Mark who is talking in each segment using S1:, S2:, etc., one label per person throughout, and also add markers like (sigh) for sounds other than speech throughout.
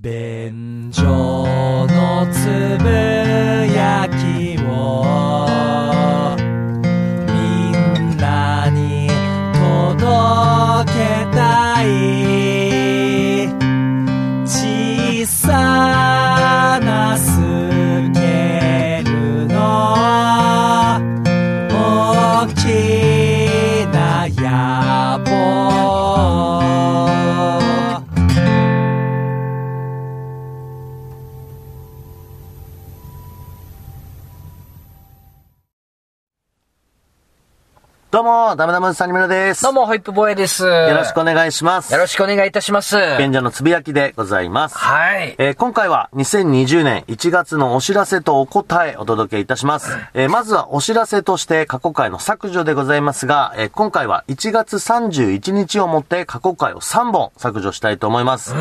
S1: 便所のつぶやきをみんなに届けたい小さなスケールの大きな野望
S2: どうも、ダメダメさんにむらです。
S3: どうも、ホイップボーイです。
S2: よろしくお
S3: ね、
S2: 願いします。
S3: よろしくお願いいたします。
S2: 賢者のつぶやきでございます。
S3: はい。
S2: えー今回は2020年1月のお知らせとお答えお届けいたします。えーまずはお知らせとして過去回の削除でございますが、えー今回は1月31日をもって過去回を3本削除したいと思います。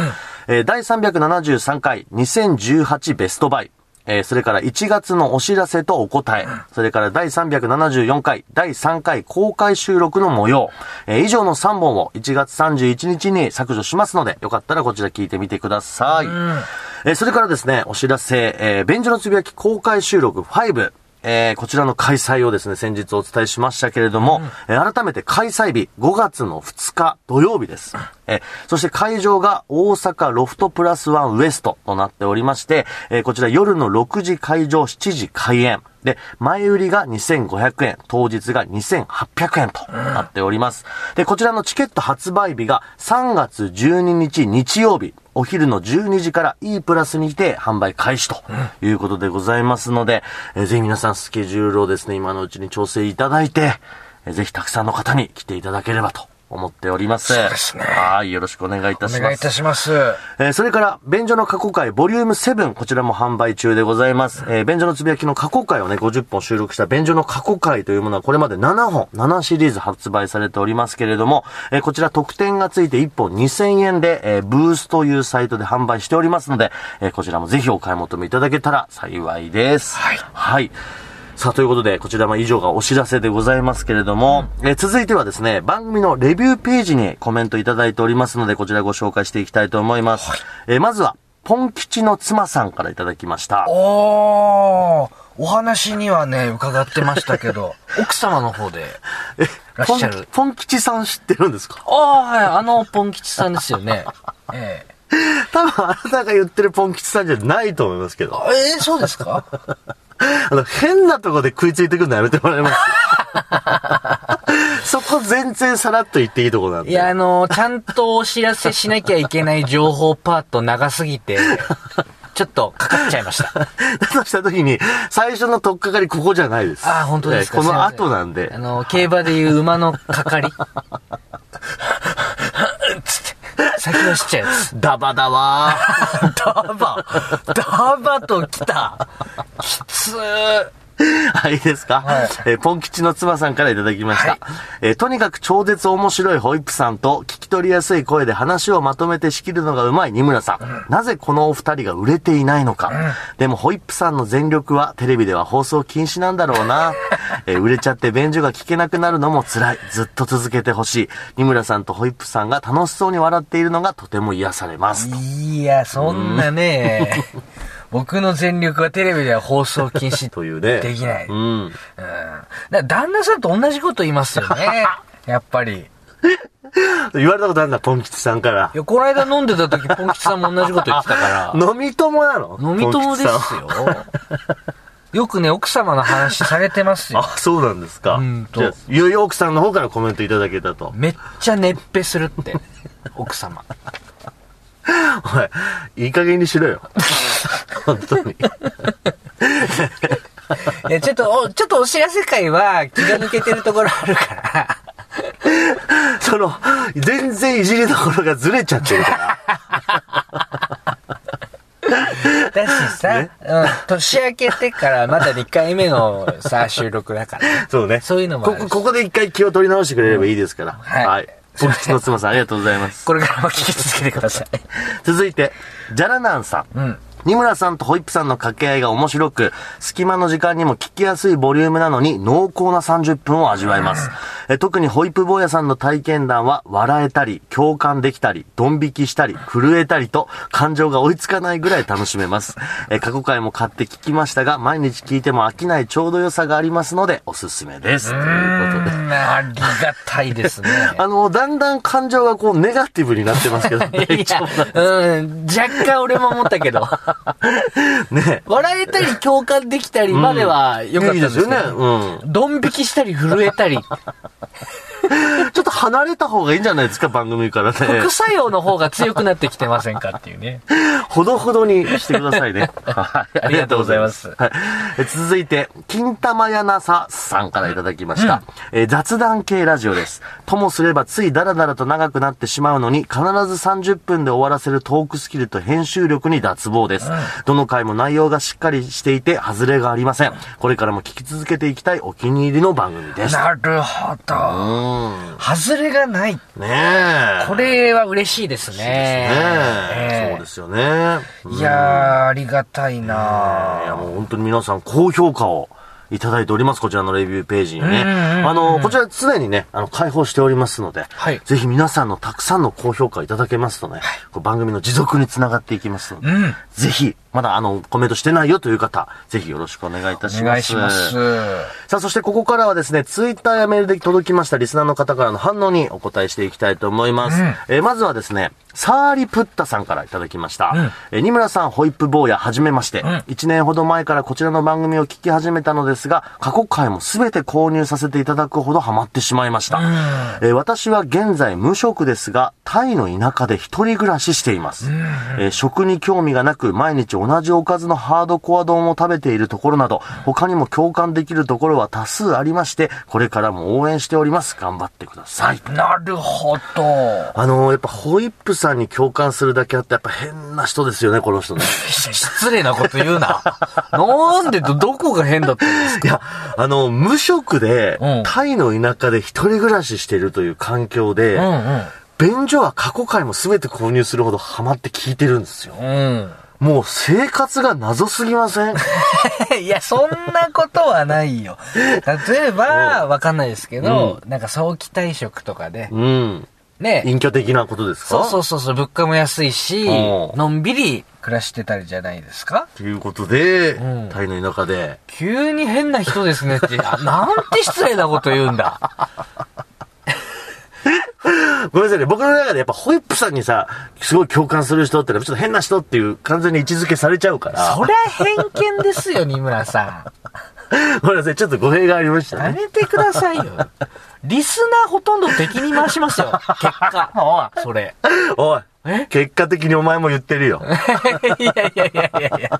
S2: えー第373回2018ベストバイ。えーそれから1月のお知らせとお答え、それから第374回、第3回公開収録の模様、えー以上の3本を1月31日に削除しますので、よかったらこちら聞いてみてください。えーそれからですね、お知らせ、えー、便所のつぶやき公開収録5、えーこちらの開催をですね、先日お伝えしましたけれども、えー改めて開催日、5月の2日土曜日です。えーそして会場が大阪ロフトプラスワンウエストとなっておりまして、えーこちら夜の6時会場、7時開演。で、前売りが2500円、当日が2800円となっております。で、こちらのチケット発売日が3月12日日曜日、お昼の12時から E プラスにて販売開始ということでございますので、えーぜひ皆さんスケジュールをですね、今のうちに調整いただいて、えーぜひたくさんの方に来ていただければと思っております。
S3: そうですね
S2: はい、よろしくお願いいた
S3: お
S2: します。
S3: 願いいたします。
S2: えーそれから、便所の過去回、ボリューム7、こちらも販売中でございます。えー便所のつぶやきの過去回をね、50本収録した便所の過去回というものは、これまで7本、7シリーズ発売されておりますけれども、えーこちら特典がついて1本2000円で、えーブースというサイトで販売しておりますので、えーこちらもぜひお買い求めいただけたら幸いです。
S3: はい
S2: はい。さあ、ということで、こちらも以上がお知らせでございますけれども、えー続いてはですね、番組のレビューページにコメントいただいておりますので、こちらご紹介していきたいと思います。えーまずは、ポン吉の妻さんからいただきました。
S3: おー、お話にはね、伺ってましたけ (laughs) ど、奥様の方で。
S2: え
S3: らっ
S2: ポン
S3: しゃる
S2: ポン吉さん知ってるんですか (laughs)
S3: ああ、はい、あの、ポン吉さんですよね。 (laughs) ええ
S2: 多分あなたが言ってるポン吉さんじゃないと思いますけど、
S3: あえーそうですか
S2: あの、変なとこで食いついてくるのやめてもらえます (laughs) そこ全然さらっと言っていいとこなんで。
S3: いや、あの、ちゃんとお知らせしなきゃいけない情報パート長すぎて、ちょっとかかっちゃいました。
S2: だとした時に、最初の取っかかりここじゃないです。
S3: ああ、本当ですか。
S2: えーこ
S3: すい
S2: の
S3: ません
S2: 後なんで
S3: あ。の、競馬でいう馬のかかり。つって、先走っちゃうやつ。
S2: ダバだわー。
S3: ダバダバと来たきつー
S2: はい、いいですか、
S3: はい
S2: えーポン吉の妻さんからいただきました。
S3: はい
S2: えーとにかく超絶面白いホイップさんと、聞き取りやすい声で話をまとめて仕切るのがうまい二村さん。なぜこのお二人が売れていないのか。でもホイップさんの全力は、テレビでは放送禁止なんだろう
S3: (laughs)
S2: な。えー売れちゃって便所が聞けなくなるのも辛い。ずっと続けてほしい。二村さんとホイップさんが楽しそうに笑っているのがとても癒されます。
S3: いや、そんなね、僕の全力はテレビでは放送禁止
S2: というね。
S3: できない。
S2: う
S3: うん。
S2: ん。
S3: だから旦那さんと同じこと言いますよ
S2: (laughs)
S3: ね。やっぱり。
S2: 言われたことあるんだ、ポン吉さんから
S3: い。や、この間飲んでた時、ポン吉さんも同じこと言ってたから。
S2: 飲み友なの
S3: 飲み友ですよ
S2: ポン吉さんは。
S3: よくね、奥様の話されてますよ。
S2: あ、そうなんですか。
S3: うんと
S2: じゃあ、ゆうよ奥さんの方からコメントいただけたと。
S3: めっちゃ熱ぺするって、 (laughs) 奥様。
S2: おい、いい加減にしろよ。本当に。
S3: いや、ちょっと、おちょっとお知らせ会は気が抜けてるところあるから。
S2: その、全然いじりどころがずれちゃってるから。
S3: だしさ、うん、年明けてからまだ2回目のさ、収録だからね。
S2: そうね。
S3: そういうのもあ
S2: こ
S3: るし
S2: こ、ここで一回気を取り直してくれればいいですから。
S3: はい
S2: ポン吉の妻さん、ありがとうございます。 (laughs)
S3: これからも聞き続けてください。
S2: 続いて、ジャラナンさん。
S3: うん
S2: 二村さんとホイップさんの掛け合いが面白く、隙間の時間にも聞きやすいボリュームなのに濃厚な30分を味わえます。え特にホイップ坊やさんの体験談は笑えたり、共感できたり、ドン引きしたり、震えたりと感情が追いつかないぐらい楽しめ
S3: (laughs)
S2: ます。え過去回も買って聞きましたが、毎日聞いても飽きないちょうど良さがありますのでおすすめです。ということで。
S3: うんありがたいですね。
S2: あの、だんだん感情がこうネガティブになってますけど、大
S3: (laughs) (laughs) い
S2: 丈夫
S3: や、うん、若干俺も思った (laughs) けど。
S2: ね。
S3: 笑えたり共感できたりまでは良かったんですけ
S2: い
S3: ど、
S2: いですよね
S3: ドン引きしたり震えたり、
S2: ちょっと離れた方がいいんじゃないですか、番組からね
S3: 副。作用の方が強くなってきてませんかっていうね。
S2: ほどほどにしてください
S3: (laughs)
S2: ね。はい。
S3: ありがとうございます
S2: はい。え続いて、金玉やなささんからいただきました。えー雑談系ラジオです。ともすればついダラダラと長くなってしまうのに、必ず30分で終わらせるトークスキルと編集力に脱帽です。どの回も内容がしっかりしていて、外れがありません。これからも聞き続けていきたいお気に入りの番組です。
S3: なるほ
S2: う
S3: ど。
S2: ん。
S3: 外れがない。
S2: ねえ。
S3: これは嬉しいです
S2: ねえ
S3: ね。ええ
S2: そうですよね。うん
S3: いやー、ありがたい
S2: い
S3: な
S2: や、もう本当に皆さん高評価をいただいております、こちらのレビューページにね。
S3: うんうんうん
S2: あの、こちら常にね、あの、開放しておりますので、
S3: はい
S2: ぜひ皆さんのたくさんの高評価いただけますとね、こう番組の持続につながっていきますので、
S3: うん
S2: ぜひ、まだあの、コメントしてないよという方、ぜひよろしくお願いいたします。
S3: お願いします。
S2: さあ、そしてここからはですね、ツイッターやメールで届きましたリスナーの方からの反応にお答えしていきたいと思います。
S3: うん
S2: えーまずはですね、サーリプッタさんからいただきました。
S3: ん
S2: えー二村さん、ホイップ坊や、はじめまして。
S3: ん
S2: 1年ほど前からこちらの番組を聞き始めたのですが、過去回も全て購入させていただくほどハマってしまいました。えー私は現在無職ですが、タイの田舎で一人暮らししています。えー食に興味がなく、毎日同じおかずのハードコア丼を食べているところなど、他にも共感できるところは多数ありまして、これからも応援しております。頑張ってください。
S3: なるほど。
S2: あのーやっぱホイップさんに共感するだけあって、やっぱ変な人ですよね、この人ね。
S3: 失礼なこと言う (laughs) な。なんでど、どこが変だったんです
S2: (laughs)
S3: か
S2: いや、あの、無職で、
S3: うん
S2: タイの田舎で一人暮らししてるという環境で、便所は過去回も全て購入するほどハマって聞いてるんですよ。
S3: うんうん。
S2: もう生活が謎すぎません
S3: いや、そんなことはないよ。例えば、わかんないですけど、なんか早期退職とかで、
S2: うん。
S3: ね、
S2: 隠居的なことですか。
S3: そうそううそうそう、物価も安いし、
S2: うん
S3: のんびり暮らしてたりじゃないですか
S2: ということで、
S3: うん
S2: タイの田舎で。
S3: 急に変な人ですねって、あなんて失礼なこと言うんだ。
S2: ごめんなさいね、僕の中でやっぱホイップさんにさ、すごい共感する人ってのはちょっと変な人っていう完全に位置づけされちゃうから。
S3: そりゃ偏見ですよ、二村さ
S2: ごめんなさい、ちょっと語弊がありまし
S3: ん。
S2: た
S3: や
S2: ね。
S3: めてくださいよ。リスナーほとんど敵に回しますよ、結果。 (laughs) それ。
S2: おい
S3: え
S2: 結果的にお前も言ってるよ。
S3: いやいやいやいやいや。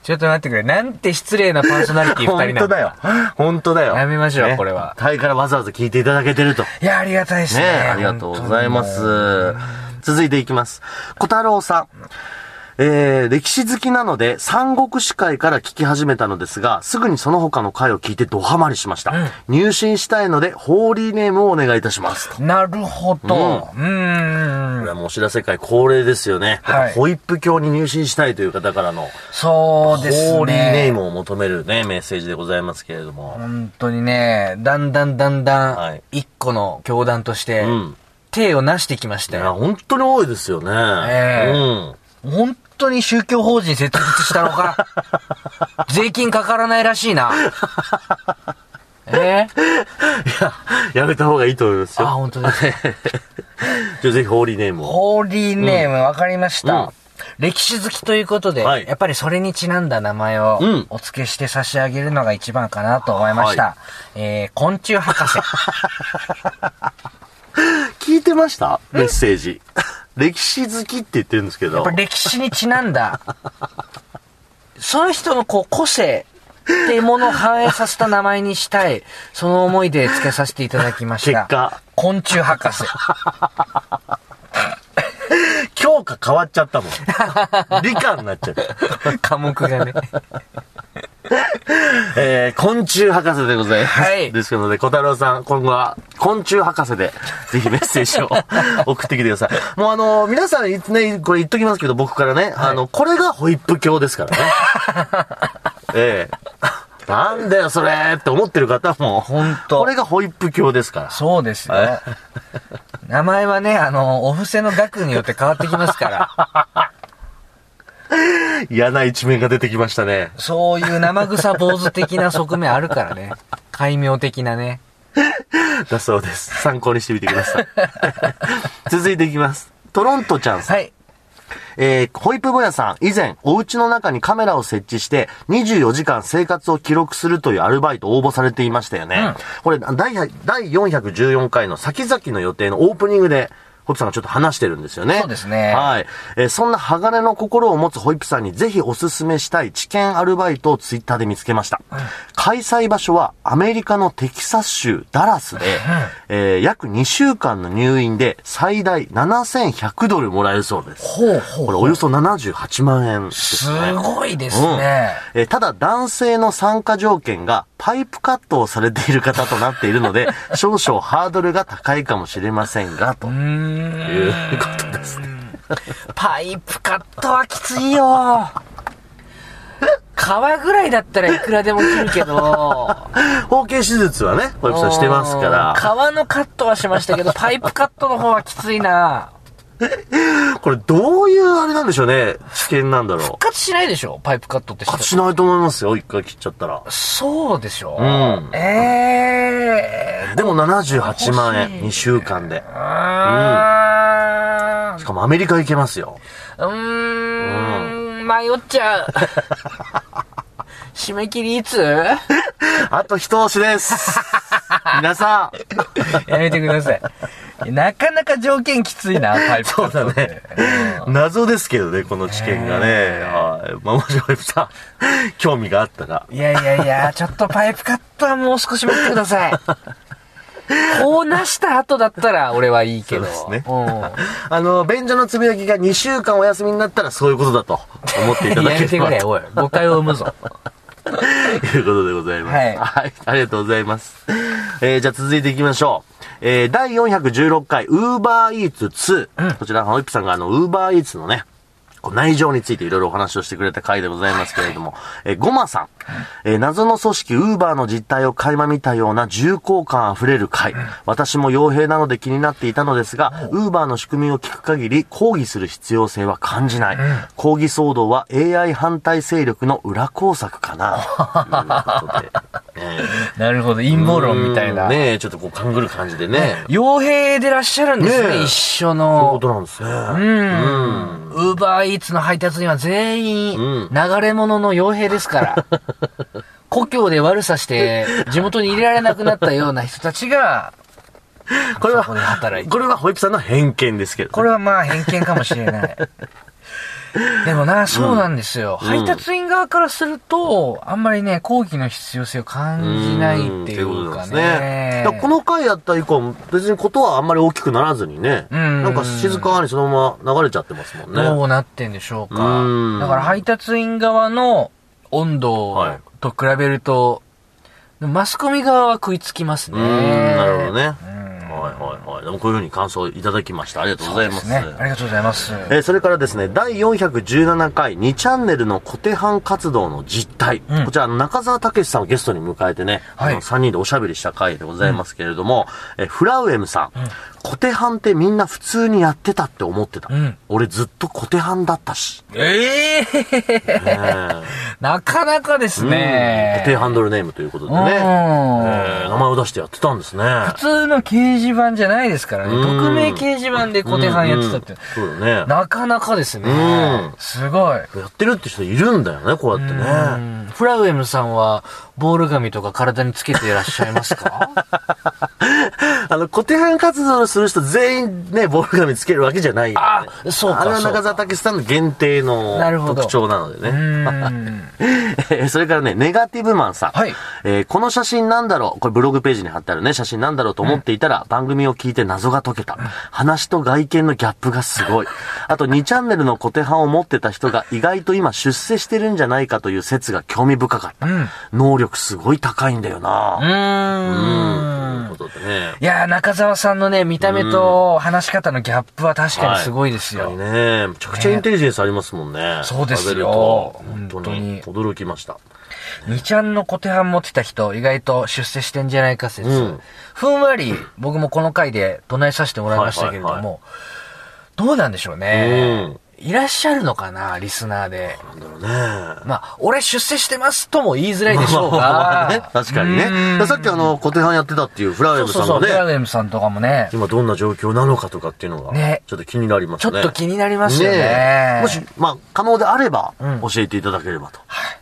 S3: ちょっと待ってくれ。なんて失礼なパーソナリティ二人な
S2: 本
S3: んだ。
S2: 当だよ。本当だよ。
S3: やめましょうこれは
S2: タイからわざわざ聞いていただけてると。
S3: いや、ありがたいですね。
S2: ねえ、ありがとうございま
S3: 本
S2: す。続いていきます。小太郎さん。えー、歴史好きなので、三国史会から聞き始めたのですが、すぐにその他の会を聞いてドハマりしました。入信したいので、ホーリーネームをお願いいたします。
S3: 当になるほど。う
S2: こ
S3: ーん。
S2: れはもうお知らせ会恒例ですよね。
S3: はい
S2: やっぱホイップ教に入信したいという方からの、
S3: そう
S2: ホ
S3: ですね。
S2: ーリーネームを求めるね、メッセージでございますけれども。
S3: 本当にね、だんだんだんだ
S2: は
S3: ん
S2: い、
S3: 一個の教団として
S2: うん、
S3: 手をなしてきまし
S2: い
S3: た
S2: や、
S3: よ。
S2: 本当に多いですよね。
S3: ええ
S2: うん。 (laughs)
S3: 本当に宗教法人設立したのか。税金かからないらしいな。
S2: い
S3: え
S2: や、やめた方がいいと思います
S3: あ、
S2: よ。
S3: 本当
S2: (laughs)
S3: ですね。
S2: じゃあぜひホーリーネームを。
S3: ホーリーネーム、わかりました。
S2: うん
S3: 歴史好きということで、
S2: はい
S3: やっぱりそれにちなんだ名前を
S2: うん
S3: お付けして差し上げるのが一番かなと思いました。えー、昆虫博
S2: (laughs)
S3: 士。
S2: 聞いてましたメッセージ。歴史好きって言ってるんですけ
S3: やっ
S2: ど
S3: ぱ。歴史にちなんだ、その人のこう個性っていうものを反映させた名前にしたい、その思いで付けさせていただきました。
S2: 結果。
S3: 昆虫博士。
S2: 教 (laughs) (laughs) 科変わっちゃったもん。理科になっちゃった。
S3: 科目がね。
S2: えー、昆虫博士でございます。
S3: はい
S2: ですので、小太郎さん、今後は昆虫博士で、ぜひメッセージ (laughs) を送ってきてください。もうあの、皆さん、いね、これ言っときますけど、僕からね、あの、これがホイップ教ですからね。 (laughs) ええなんだよ、それって思ってる方も、
S3: ほんと
S2: これがホイップ教ですから。
S3: そうですよ
S2: え。
S3: 名前はね、あの、お布施の額によって変わってきますから、
S2: 嫌な一面が出てきましたね。
S3: そういう生臭坊主的な側面あるから
S2: (laughs)
S3: ね。解明的なね。
S2: だそうです。参考にしてみてください。続いていきます。トロントちゃんさん。
S3: はい。
S2: えー、ホイップボヤさん、以前、お家の中にカメラを設置して、24時間生活を記録するというアルバイトを応募されていましたよね。
S3: うん
S2: これ、第100第414回の先々の予定のオープニングで、ホイップさんがちょっと話してるんですよね。
S3: そうですね
S2: はい。えーそんな鋼の心を持つホイップさんにぜひおすすめしたい知見アルバイトをツイッターで見つけました。開催場所はアメリカのテキサス州ダラスで、えー約2週間の入院で最大7100ドルもらえるそうです。
S3: ほうほ
S2: これおよそ78万円です
S3: す
S2: ね。
S3: ごいですね。
S2: えーただ男性の参加条件がパイプカットをされている方となっている
S3: (laughs)
S2: ので、少々ハードルが高いかもしれませんが、と
S3: うーん。
S2: いうことですね。
S3: パイプカットはきつ
S2: (laughs)
S3: いよ。皮ぐらいだったらいくらでも切るけど。
S2: 包茎手術はね、小籔さんしてますか
S3: うん皮のカットはしましたけど、パイプカットの方はきついな。
S2: ら、これどういうあれなんでしょうね、知見なんだろ
S3: 復活しないでしょパイプカットって
S2: う。勝ちないと思いますよ、一回切っちゃったら。
S3: そうでしょ
S2: ん
S3: ええ
S2: でも78万円、2週間で。
S3: ー。あ
S2: しかもアメリカ行けますよ。
S3: ーうーん。迷っち (laughs) ゃう。締め切りいつや
S2: あと一押し
S3: (laughs)
S2: です。皆さん。
S3: めてください。なかなか条件きついな、パイプカットって。
S2: そう謎ですけどね、この知見がね。
S3: ね
S2: はい。まあ、もしホイップさん、興味があったら。
S3: いやいやいや、ちょっとパイプカットはもう少し待ってください。こうなした後だったら俺はいいけど。
S2: そうですね
S3: う
S2: あの、便所のつぶやきが2週間お休みになったらそういうことだと思っていた
S3: ん。や
S2: だけ
S3: めて
S2: れ
S3: く
S2: ば
S3: れ、
S2: と
S3: おい。誤解を生む
S2: (laughs)
S3: ぞ。
S2: いうことでございます。
S3: はい
S2: ありがとうございます。えー、じゃあ続いていきましょう。えー、第416回 UberEats2。こちら、ホイップさんがあの、UberEats のね、こう内情についていろいろお話をしてくれた回でございますけれども、えー、ゴマさん、えー謎の組織ウーバーの実態を垣間見たような重厚感あふれる回、私も傭兵なので気になっていたのですが、ウーバーの仕組みを聞く限り抗議する必要性は感じない。抗議騒動は AI 反対勢力の裏工作か (laughs) な、ということで。えー
S3: なるほど、陰謀論みたいな。
S2: ねえ、ちょっとこう、勘ぐる感じでね。
S3: 傭兵でらっしゃるんです
S2: ねえ
S3: ね、一緒
S2: そういうこ
S3: の。
S2: となんですね。
S3: うん。ウーバーイーツの配達員は全員、
S2: うん
S3: 流れ者の傭兵ですから。
S2: (laughs)
S3: 故郷で悪さして、地元に入れられなくなったような人たちが、
S2: これは、
S3: そこで働いて
S2: これはホイップさんの偏見ですけどね、
S3: これはまあ偏見かもしれ
S2: (laughs)
S3: ない。でもな、そうなんですよ。
S2: ん
S3: 配達員側からすると、あんまりね、抗議の必要性を感じないっていうかね。
S2: だからこの回やった以降、別にことはあんまり大きくならずにね。
S3: うん
S2: なんか静かにそのまま流れちゃってますもんね。
S3: どうなってんでしょうか
S2: うん。
S3: だから配達員側の温度
S2: はい
S3: と比べると、でもマスコミ側は食いつきますね。
S2: うん、なるほどね。は
S3: うん。
S2: いはいはい。でもこういうふうに感想いただきました。ありがとうご
S3: そ
S2: ざい
S3: うで
S2: ます。
S3: すね。ありがとうございます。
S2: えーそれからですね、第417回2チャンネルのコテハン活動の実態。
S3: うん
S2: こちら、あの中澤武さんをゲストに迎えてね、
S3: はい
S2: あの3人でおしゃべりした回でございますけれども、えーフラウエムさん,、コテハンってみんな普通にやってたって思ってた。
S3: うん
S2: 俺ずっとコテハンだった
S3: (laughs)
S2: し。
S3: ええ
S2: ねえ
S3: (laughs) なかなかです
S2: うん
S3: ね
S2: 固。定ハンドルネームということでね。
S3: うん
S2: えー名前を出してやってたんですね。
S3: 普通の掲示板じゃないですからね。
S2: うん
S3: 匿名掲示板で小手半やってたって、
S2: うんうんそうだね。
S3: なかなかですね
S2: うん。
S3: すごい。
S2: やってるって人いるんだよね、こうやってね。
S3: うんフラウエムさんは、ボール紙とか体につけていらっしゃいま
S2: (laughs)
S3: すか
S2: あの、古典派活動する人全員ね、ボール紙つけるわけじゃない。
S3: あそうか
S2: あれは
S3: そうか
S2: 中澤武史さんの限定の
S3: なるほど
S2: 特徴なので
S3: う
S2: ね。 (laughs)
S3: ーん。
S2: えーそれからね、ネガティブマンさん。
S3: はい
S2: えーこの写真なんだろうこれブログページに貼ってあるね、写真なんだろうと思っていたら、番組を聞いて謎が解けた。話と外見のギャップがす
S3: (laughs)
S2: ごい。あと、2チャンネルのコテ派を持ってた人が意外と今出世してるんじゃないかという説が興味深かった。
S3: うん
S2: 能力すごい高いんだよ
S3: う
S2: な
S3: ーん。
S2: うん。ということでね。
S3: いやー、中澤さんのね、見た目と話し方のギャップは確かにすごいですよ。
S2: はい確かにね。めちゃくちゃインテリジェンスありますもんね。
S3: そうです
S2: 食べ
S3: よ
S2: ると本
S3: 本
S2: 当
S3: 当
S2: に
S3: に
S2: 驚きました。
S3: 二ちゃんの小手半持ってた人、意外と出世してんじゃないか説。
S2: うん
S3: ふんわり、僕もこの回で唱えさせてもらいましたけれども、
S2: はいはいは
S3: どうなんでしょうね。いらっしゃるのかな、リスナーで。
S2: なんだろうね。
S3: まあ、俺出世してますとも言いづらいでしょう
S2: (laughs) まあ
S3: が。
S2: ね確かに
S3: う
S2: ね。
S3: ん
S2: でさっきあの、小手半やってたっていうフライ
S3: そう
S2: ブ
S3: そ
S2: さ
S3: うんそう、
S2: が
S3: フラ
S2: ね、
S3: ウェムさんとかもね、
S2: 今どんな状況なのかとかっていうのが、
S3: ね
S2: ちょっと気になります
S3: ちょ
S2: ね。
S3: っと気になりますよね。
S2: ねえもし、まあ、可能であれば
S3: ん、
S2: 教えていただければと、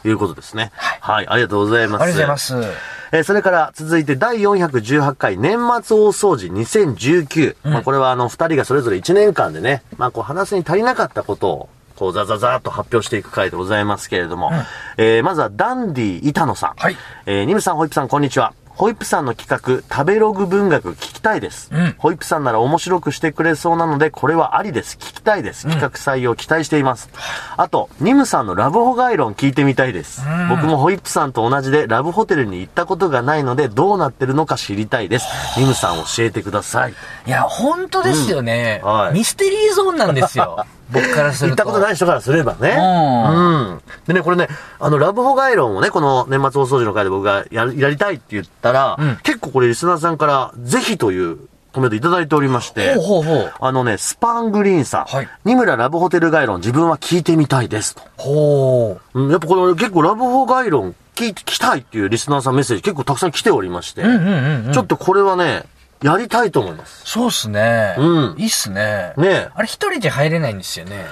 S2: いうことですね。
S3: はい
S2: はい、ありがとうござい
S3: あ
S2: ま
S3: り
S2: す。
S3: がとうございます。
S2: えーそれから続いて第418回年末大掃除2019。まあこれはあの二人がそれぞれ1年間でね、まあこう話すに足りなかったことを、こうザザザーっと発表していく回でございますけれども、えーまずはダンディ板野さん。
S3: はい
S2: えーニムさん、ホイップさん、こんにちは。ホイップさんの企画、食べログ文学聞きたいです。
S3: うん
S2: ホイップさんなら面白くしてくれそうなので、これはありです。聞きたいです。企画採用期待しています。あと、ニムさんのラブホ概論聞いてみたいです。僕もホイップさんと同じで、ラブホテルに行ったことがないので、どうなってるのか知りたいです。ニムさん教えてください。
S3: いや、本当ですよね、
S2: うんはい
S3: ミステリーゾーンなんで
S2: (laughs)
S3: すよ。僕からす
S2: 行っ
S3: ると。
S2: たことない人からすればね。
S3: うん
S2: うん。でね、これね、あの、ラブホ概論をね、この年末大掃除の回で僕がやるやりたいって言ったら、
S3: うん
S2: 結構これリスナーさんから、ぜひというコメントいただいておりまして、
S3: ほうほうほう
S2: あのね、スパングリーンさん、
S3: はい
S2: 二村ラブホテル概論自分は聞いてみたいですと。
S3: ほう。
S2: うん、やっぱこれ結構ラブホ概論聞いてきたいっていうリスナーさんメッセージ結構たくさん来ておりまして、
S3: うんうんうんうん。
S2: ちょっとこれはね、やりたいと思います。
S3: そうっすね。
S2: うん
S3: いいっすね。
S2: ねえ
S3: あれ一人じゃ入れないんですよね。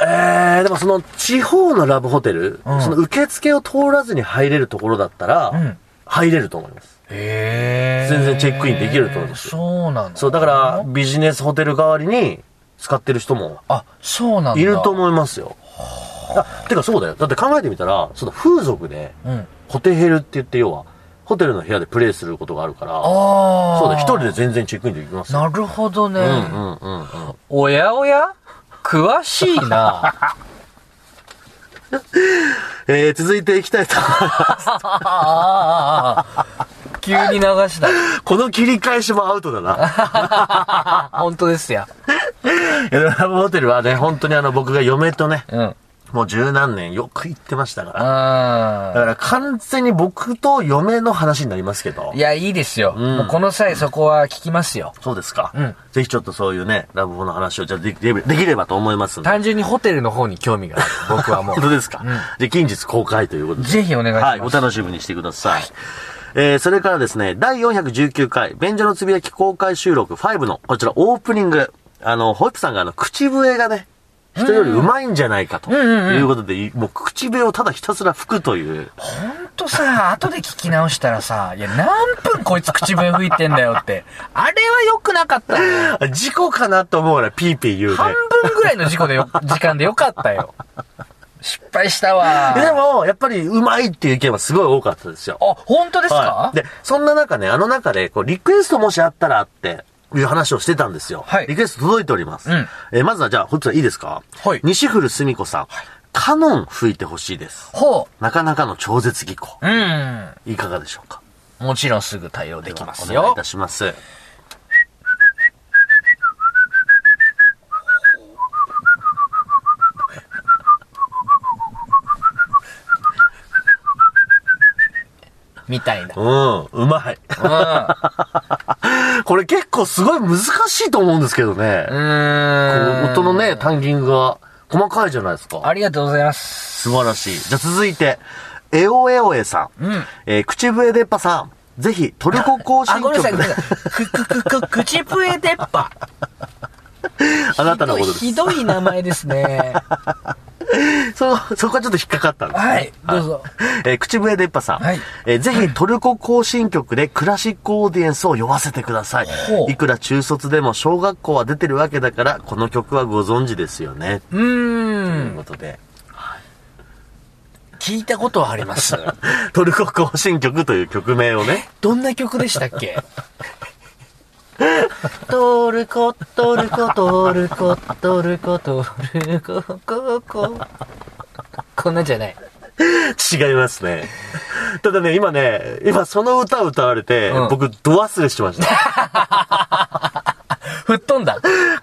S2: えー、でもその地方のラブホテル、
S3: うん
S2: その受付を通らずに入れるところだったら、
S3: うん
S2: 入れると思います。
S3: へえ。
S2: 全然チェックインできるってことですよ
S3: そうなんだ。
S2: そう、だから、ビジネスホテル代わりに使ってる人も
S3: あ、そうなんだ。
S2: いると思いますよ。あ、てかそうだよ。だって考えてみたら、その風俗で、
S3: う。うん。
S2: ホテヘルって言って、要は、ホテルの部屋でプレイすることがあるから、
S3: ああ。
S2: そうだよ、一人で全然チェックインできますよ。
S3: なるほどね。
S2: うんうんうんうん。
S3: おやおや詳しい
S2: (laughs)
S3: な。
S2: えー、続いていきたいと (laughs) 思います。
S3: ああー。急に流
S2: (laughs)
S3: した。
S2: この切り返しもアウトだな。
S3: 本当ですよ。
S2: エドラブホテルはね、本当にあの、僕が嫁とね、
S3: うん。うん。
S2: もう十何年よく行ってましたから。だ
S3: い
S2: から完全に僕と嫁の話になりますけど。
S3: や、いいですよ。
S2: ん
S3: もうこの際そこは聞きますよ。
S2: そうですか。
S3: うん
S2: ぜひちょっとそういうね、ラブホの話をじゃあできできできればと思いますんで。
S3: 単純にホテルの方に興味がある。僕はも
S2: 本当 (laughs) ですか、じゃあ近日公開ということで。
S3: ぜひお願いします
S2: はい、お楽しみにしてください。えー、それからですね、第419回、便所のつぶやき公開収録5の、こちらオープニング。あの、ホイップさんがあの、口笛がね、人よりうまいんじゃないかと。いうことで、もう口笛をただひたすら吹くという。
S3: ほんとさ、後で聞き直したらさ、いや、何分こいつ口笛吹いてんだよって。あれは良くなかったよ。
S2: 事故かなと思うぐらいピーピー言うね。
S3: 半分ぐらいの事故でよ、 (laughs) 時間でよかったよ。失敗したわ。
S2: で
S3: あ、
S2: も、やっぱりうまいっていう意見はすごい多かったですよ。
S3: 本当ですか、
S2: はい。で、そんな中ね、あの中で、こう、リクエストもしあったらって、いう話をしてたんですよ。
S3: はい
S2: リクエスト届いております。
S3: うん
S2: えーまずはじゃあ、ホップさんいいですか
S3: はい
S2: 西古すみこさん。カノン吹いてほしいです。
S3: ほ
S2: なかなかの超絶技巧。
S3: う。うん。
S2: いかがでしょうか
S3: もちろんすぐ対応できます
S2: お願いい
S3: よ
S2: た。します。
S3: みたいな。
S2: うん、うまい。 (laughs)
S3: う
S2: これ結構すごい難しいと思うんですけどね。
S3: ん。う
S2: こ
S3: ーん
S2: う音のね、タンギングが細かいじゃないですか。
S3: ありがとうございます。
S2: 素晴らしい。じゃあ続いて、エオエオエさん。
S3: うん
S2: えー口笛でっぱさん。ぜひ、トルコ行
S3: あ、
S2: 進
S3: ごめんなさい、ご
S2: 曲
S3: めん
S2: で
S3: な、さい。く、く、く、く、口笛出っ歯。
S2: (laughs) あなたのことです。
S3: ひどいひどい名前ですね。
S2: そ、そこはちょっと引っかかったんですね。
S3: はいどうぞ
S2: えー口笛でっぱさん。
S3: はい
S2: えーぜひトルコ行進曲でクラシックオーディエンスを酔わせてください
S3: ほ。う
S2: いくら中卒でも小学校は出てるわけだから、この曲はご存知ですよね。
S3: う
S2: と
S3: ー。
S2: いうんことで、
S3: 聞いたことはあります。
S2: トルコ行進曲という曲名をね、
S3: どんな曲でしたっけトルコ、トルコ、トルコ、トルコ、トルコ、ココ。こんなんじゃない。
S2: 違いますね。ただね、今ね、今その歌を歌われて、
S3: うん
S2: 僕、ド忘れしてました。
S3: 吹っ飛んだ。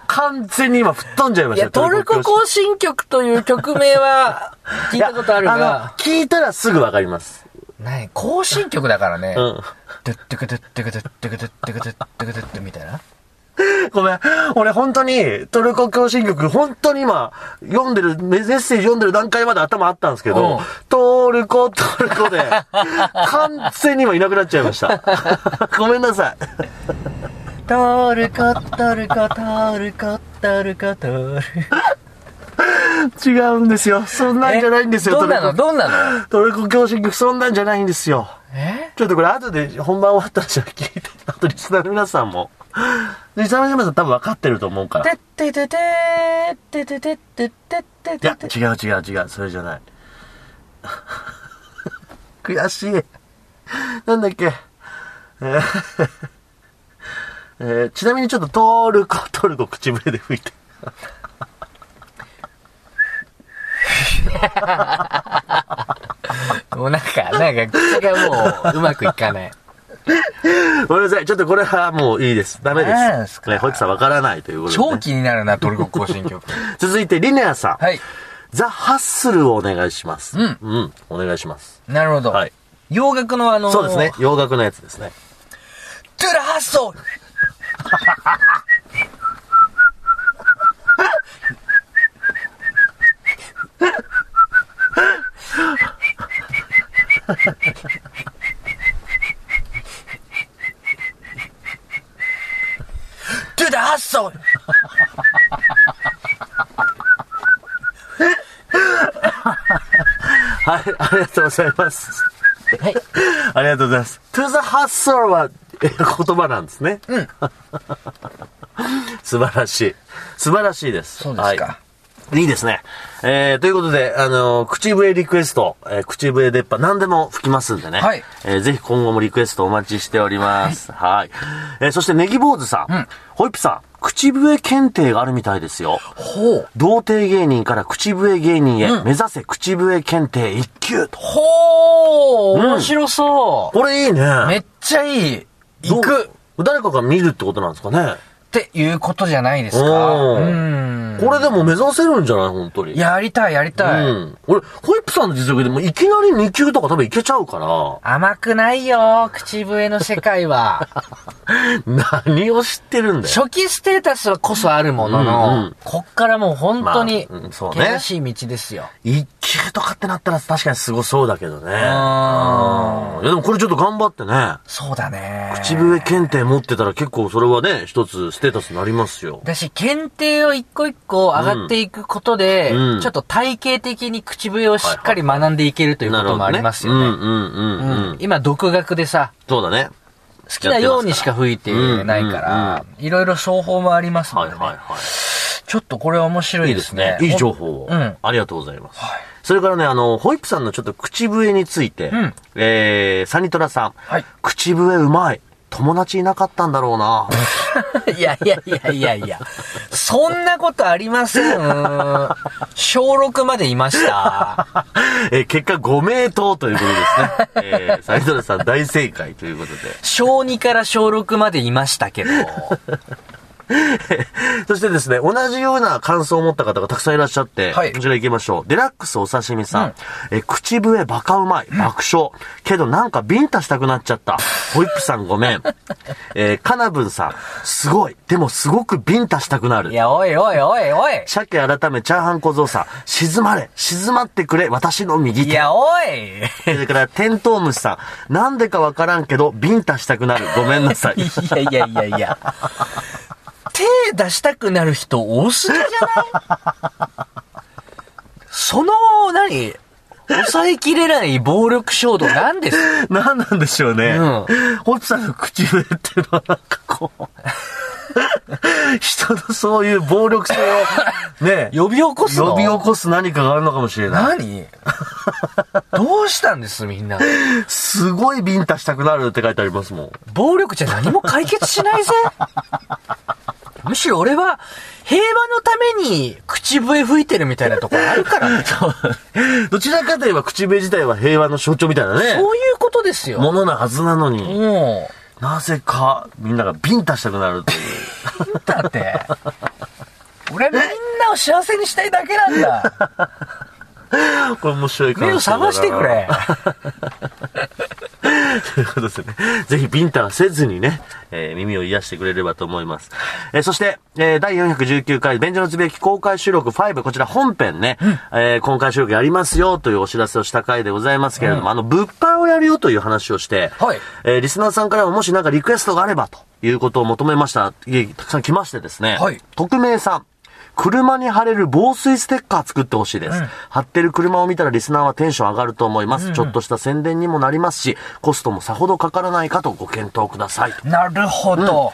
S2: 完全に今、吹っ飛んじゃいま
S3: い
S2: した。
S3: や、トルコ
S2: 行進
S3: 行進曲という曲名は聞いたことある
S2: いや
S3: が、
S2: の聞いたらすぐわかります。
S3: ない、行進曲だからね。
S2: うん。
S3: ドゥッドゥクドゥッドゥクドゥッドゥクドゥッドゥクドゥッドゥクドゥッドゥみたいな。
S2: ごめん。俺本当に、トルコ行進曲、本当に今、読んでる、メッセージ読んでる段階まで頭あったんですけ
S3: うん
S2: ど、トルコ、トルコで、 (laughs) 完全に今いなくなっちゃいました。 (laughs) ごめんなさい。
S3: トルコ、トルコ、トルコ、トルコ、トルコ。
S2: 違うんですよ。そんなんじゃないんですよ、
S3: え
S2: ト
S3: どん
S2: ル
S3: なの
S2: コ。
S3: どんなの
S2: トルコ行進曲、そんなんじゃないんですよ。
S3: え
S2: ちょっとこれ後で本番終わったらじゃあ聞いて、あとリスナーの皆さんも。リスナーの皆さん多分分かってると思うから。い
S3: てててててててててて
S2: や、違う違う違う、それじゃない。 (laughs) 悔しい。なんだっけ。えーえーちなみにちょっとトルコ、トルコ口笛で吹いて。
S3: もうなんか、なんか口がもううまくいかない。
S2: ごめんなさい。ちょっとこれはもういいです。ダメで
S3: なんです
S2: す。
S3: か
S2: ね、ホイットさん分からないということでね、
S3: 超気になるな、トルコ行進曲。
S2: 続いて、リネアさん。
S3: はい。
S2: ザ・ハッスルをお願いします。
S3: うん
S2: うん。お願いします。
S3: なるほど。
S2: はい
S3: 洋楽のあのー
S2: そうですね。。洋楽のやつですね。
S3: トゥラハッソトゥラハッソ
S2: はい、ありがとうございます。
S3: はい。
S2: ありがとうございます。to the hustle は、え言葉なんですね。うん。 (laughs) 素晴らしい。素晴らしいです。
S3: そうですか。
S2: はい。いいですね。えー、ということで、あのー口笛リクエスト、えー口笛出っ歯、何でも吹きますんでね。
S3: はい
S2: えーぜひ今後もリクエストお待ちしております。はい。えーそしてネギ坊主さん。
S3: うん
S2: ホイップさん、口笛検定があるみたいですよ。
S3: ほう。
S2: 童貞芸人から口笛芸人へ、目指せ口笛検定1級と。
S3: ほう面白そう、
S2: これいいね。
S3: めっちゃいい
S2: ど
S3: 行
S2: う
S3: く
S2: 誰かが見るってことなんですかね。
S3: っていうことじゃないですか。
S2: お
S3: う
S2: ー
S3: ん。
S2: これでも目指せるんじゃない本当に。、
S3: やりたい、やり
S2: う
S3: たい。
S2: ん。俺、ホイップさんの実力でもいきなり2級とか多分いけちゃうから。
S3: 甘くないよ、口笛の世
S2: (laughs)
S3: 界は。
S2: 何を知ってるんだよ。
S3: 初期ステータスはこそあるものの、
S2: うんうん
S3: こっからもう本当に、
S2: まあうんそうね
S3: 険しい道ですよ。
S2: 1級とかってなったら確かにすごそうだけどね。うんい
S3: あ
S2: やでもこれちょっと頑張ってね。
S3: そうだね。
S2: 口笛検定持ってたら結構それはね、一つステータスになりますよ。
S3: だし、検定を一個一個上がっていくことで、
S2: うん
S3: ちょっと体系的に口笛をしっかり学んでいけるというこ
S2: なる
S3: と
S2: ほ
S3: も
S2: ど
S3: あ
S2: ね。
S3: りますよね。
S2: うんうんうんうん。
S3: うん今、独学でさ、
S2: そうだね。
S3: 好きなようにしか吹いてないか
S2: やって
S3: ら、いろいろ奏法もありますの
S2: はい
S3: で、ね
S2: はいはい。
S3: ちょっとこれは面白いですね。
S2: いい情報を。
S3: うん
S2: ありがとうございます。それからね、あの、ホイップさんのちょっと口笛について、
S3: ん
S2: えー、サニトラさん。
S3: はい
S2: 口笛うまい。友達いなかったんだろう
S3: (laughs)
S2: な。
S3: いやいやいやいやいや。そんなことありません。小6までいました。
S2: えー結果5名答ということです
S3: (laughs)
S2: ね。えー、サニトラさん大正解ということで。 (laughs)
S3: 小2から小6までいましたけど。
S2: そしてですね、同じような感想を持った方がたくさんいらっしゃって、
S3: はい
S2: こちら行きましょう。デラックスお刺身さん。えー口笛バカうまい。爆笑。けどなんかビンタしたくなっちゃった。ホイップさんご
S3: (laughs)
S2: めん。えー、カナブンさん。すごい。でもすごくビンタしたくなる
S3: い。や、おいおいおいおい。
S2: 鮭改めチャーハン小僧さん、静まれ、静まってくれ、私の右
S3: い
S2: 手。
S3: や、おい。
S2: それから、テントウムシさん、なんでかわからんけど、ビンタしたくなる。ごめんなさい。
S3: いやいやいやいや。手出したくなる人多すぎじゃないその、何抑えきれない暴力衝動なんですか
S2: 何なんでしょうね。
S3: うん
S2: ホッチさんの口笛っていうのはなんかこう、人のそういう暴力性を、ね、
S3: 呼び起こすの
S2: 呼び起こす何かがあるのかもしれない。
S3: 何どうしたんですみんな。
S2: すごいビンタしたくなるって書いてあります
S3: (laughs)
S2: もん。
S3: 暴力じゃ何も解決しないぜむしろ俺は平和のために口笛吹いてるみたいなところあるからね。そう
S2: どちらかといえば口笛自体は平和の象徴みたいなね、
S3: いうことですよ。
S2: ものなはずなのに、
S3: も
S2: なぜかみんながビンタしたくなるという。
S3: う、だって。俺みんなを幸せにしたいだけなんだ。
S2: (laughs) これ面白い感想
S3: 目を覚ましてくれ。。
S2: ということですね。ぜひビンタはせずにね、えー耳を癒してくれればと思います。えーそして、えー第419回、便所のつぶやき公開収録5、こちら本編ね、えー公開収録やりますよというお知らせをした回でございますけれども、あの、物販をやるよという話をして、
S3: はい
S2: えーリスナーさんからももしなんかリクエストがあればということを求めました、いたくさん来ましてですね、
S3: はい
S2: 匿名さん。車に貼れる防水ステッカー作ってほしいです、貼ってる車を見たらリスナーはテンション上がると思います。ちょっとした宣伝にもなりますし、コストもさほどかからないかとご検討ください。
S3: なるほど。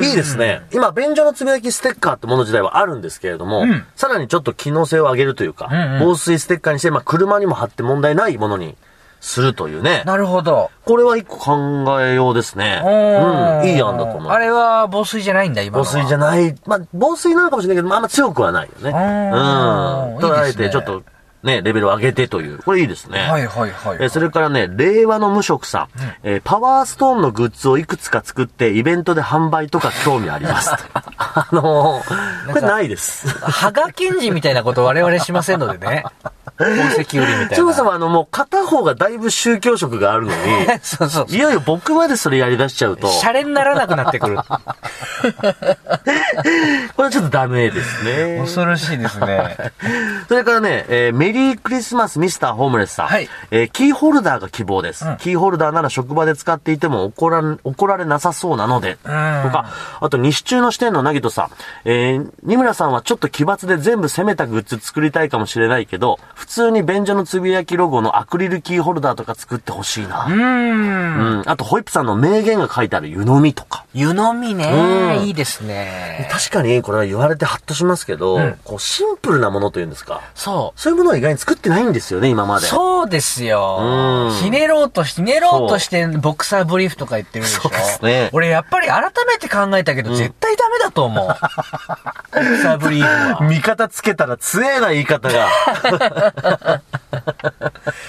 S2: いいですね。今、便所のつぶやきステッカーってもの自体はあるんですけれども、さらにちょっと機能性を上げるというか、
S3: んうん
S2: 防水ステッカーにして、まあ、車にも貼って問題ないものにするというね。
S3: なるほど。
S2: これは一個考えようですね。う
S3: う
S2: ん。いい案だと思います
S3: あれは防水じゃないんだ、今の
S2: 防
S3: は。
S2: 水じゃない。まあ、防水なのかもしれないけど、まあ、あんま強くはないよね。
S3: ー
S2: うん。
S3: いいですね
S2: とあえて、ちょっと、ね、レベルを上げてという。これいいですね。
S3: はいはいはい。
S2: えーそれからね、令和の無職さん、えーパワーストーンのグッズをいくつか作って、イベントで販売とか興味あり
S3: (laughs)
S2: ます。あのーこれないです。
S3: 羽賀賢治みたいなこと我々しませんの
S2: (laughs)
S3: でね。宝石売りみたいな。、
S2: そもそもあの、もう片方がだいぶ宗教色があるのに
S3: (laughs) そうそう。
S2: いよいよ僕までそれやり出しちゃうと、
S3: シャレにならなくなっ
S2: (laughs)
S3: てくる。
S2: これちょっとダメですね。
S3: ろしいですね。
S2: (laughs) それからね、えーメリークリスマスミスターホームレスさん。
S3: はい
S2: えーキーホルダーが希望です、キーホルダーなら職場で使っていても怒らん、怒られなさそうなので。とか、あと西中の支店のなぎとさん。えー、二村さんはちょっと奇抜で全部攻めたグッズ作りたいかもしれないけど、普通に便所のつぶやきロゴのアクリルキーホルダーとか作ってほしいな。
S3: うーん。
S2: うん。あと、ホイップさんの名言が書いてある湯飲みとか。
S3: 湯飲みね。いいですね。
S2: 確かに、これは言われてハッとしますけど、こう、シンプルなものというんですか。
S3: そ
S2: そういうものを意外に作ってないんですよね、今ま
S3: う。
S2: で。
S3: そうですよ
S2: う。ん
S3: ひねろうとひねろうとしてボクサーブリーフとか言ってるでしょ
S2: そうですね
S3: 俺やっぱり改めて考えたけど絶対ダメだ
S2: (laughs)
S3: と思う。ボクサーブリーフは。
S2: 味方つけたら強えな言い方
S3: (laughs)
S2: が。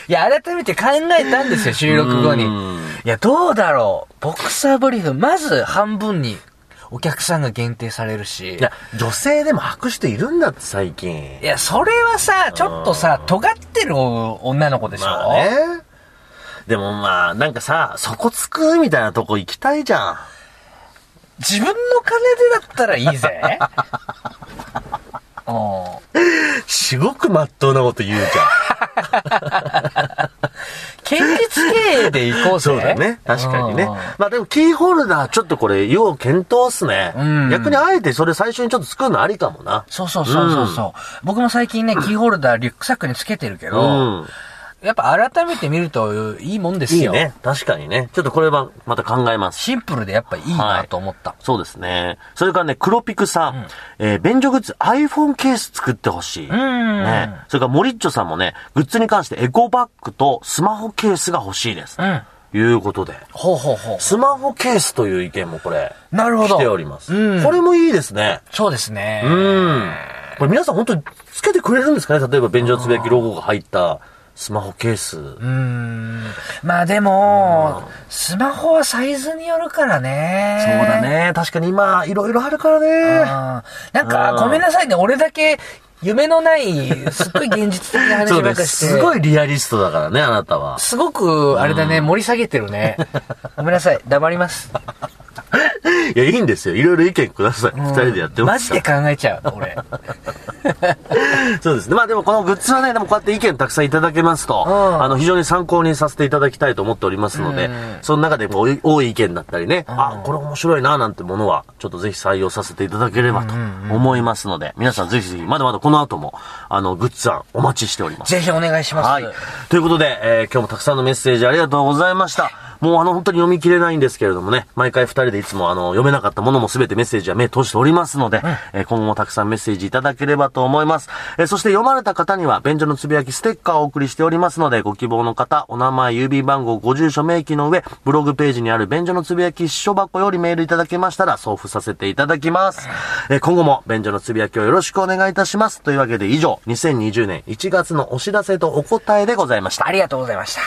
S3: いや、改めて考えたんですよ、収録後に。い
S2: うん
S3: や、どうだろう。ボクサーブリーフ、まず半分にお客さんが限定されるし。
S2: いや、女性でも白しているんだって最近
S3: い。や、それはさ、ちょっとさ、尖ってる女の子でしょ、
S2: まあね。でもまあ、なんかさ、そこつくみたいなとこ行きたいじゃん。
S3: 自分の金でだったらいいぜ。
S2: (laughs)
S3: うん
S2: すごく真っ当なこと
S3: (laughs)
S2: 言うじ
S3: 堅実経営で行こ
S2: ゃ。
S3: うんぜ。
S2: そうだね。確かにね
S3: うん。
S2: まあでもキーホルダーちょっとこれ、要検討っすね
S3: うん。
S2: 逆にあえてそれ最初にちょっと作るのありかもな。
S3: そうそうそうそうそう、僕も最近ね、キーホルダーリュックサックにつけてるけ
S2: う
S3: ど、
S2: ん。
S3: やっぱ改めて見るといいもんです
S2: いい
S3: よ。
S2: ね。確かにね。ちょっとこれはまた考えます。
S3: シンプルでやっぱいいなと思った。
S2: そうですね。それからね、黒ピクさん、えー便所グッズ iPhone ケース作ってほしい。
S3: ん
S2: ね。それからモリッチョさんもね、グッズに関してエコバッグとスマホケースが欲しいです。
S3: うん
S2: いうことで。
S3: ほうほうほ
S2: スマホケースという意見もこれ、
S3: う。なるほ
S2: 来
S3: ど。
S2: ております。
S3: うん
S2: これもいいですね。
S3: そうですね。
S2: うん。これ皆さん本当につけてくれるんですかね例えば便所つぶやきロゴが入ったスマホケース。
S3: うーんまあでも、スマホはサイズによるからね。
S2: そうだね。確かに今、いろいろあるからね。
S3: うん。なんか、
S2: うん
S3: ごめんなさいね、俺だけ夢のない、すっごい現実的な
S2: そう
S3: 話ばっ
S2: で
S3: か
S2: す。
S3: して。
S2: すごいリアリストだからね、あなたは。
S3: すごく、あれだね、盛り下げてるね。ごめんなさい、黙ります。
S2: いや、いいんですよ。いろいろ意見ください。二、
S3: うん
S2: 人でやって
S3: マ
S2: ま
S3: ジ
S2: す
S3: で
S2: か
S3: 考えちゃう、俺。
S2: そうですね。まあでもこのグッズはね、でもこうやって意見たくさんいただけますと、
S3: うん
S2: あの、非常に参考にさせていただきたいと思っておりますので、
S3: うん
S2: その中でも多い多い意見だったりね、あ、これ面白いな、なんてものは、ちょっとぜひ採用させていただければと思いますので、皆さんぜひぜひ、まだまだこの後も、あの、グッズ案お待ちしております。
S3: ぜひお願いします。
S2: はい。ということで、えー今日もたくさんのメッセージありがとうございました。もうあの本当に読み切れないんですけれどもね、毎回二人でいつもあの読めなかったものもすべてメッセージは目通しておりますので、えー今後もたくさんメッセージいただければと思います。えーそして読まれた方には、便所のつぶやきステッカーをお送りしておりますので、ご希望の方、お名前、郵便番号、ご住所、名記の上、ブログページにある便所のつぶやき書箱よりメールいただけましたら送付させていただきます。えー今後も便所のつぶやきをよろしくお願いいたします。というわけで以上、2020年1月のお知らせとお答えでございました。
S3: ありがとうございました。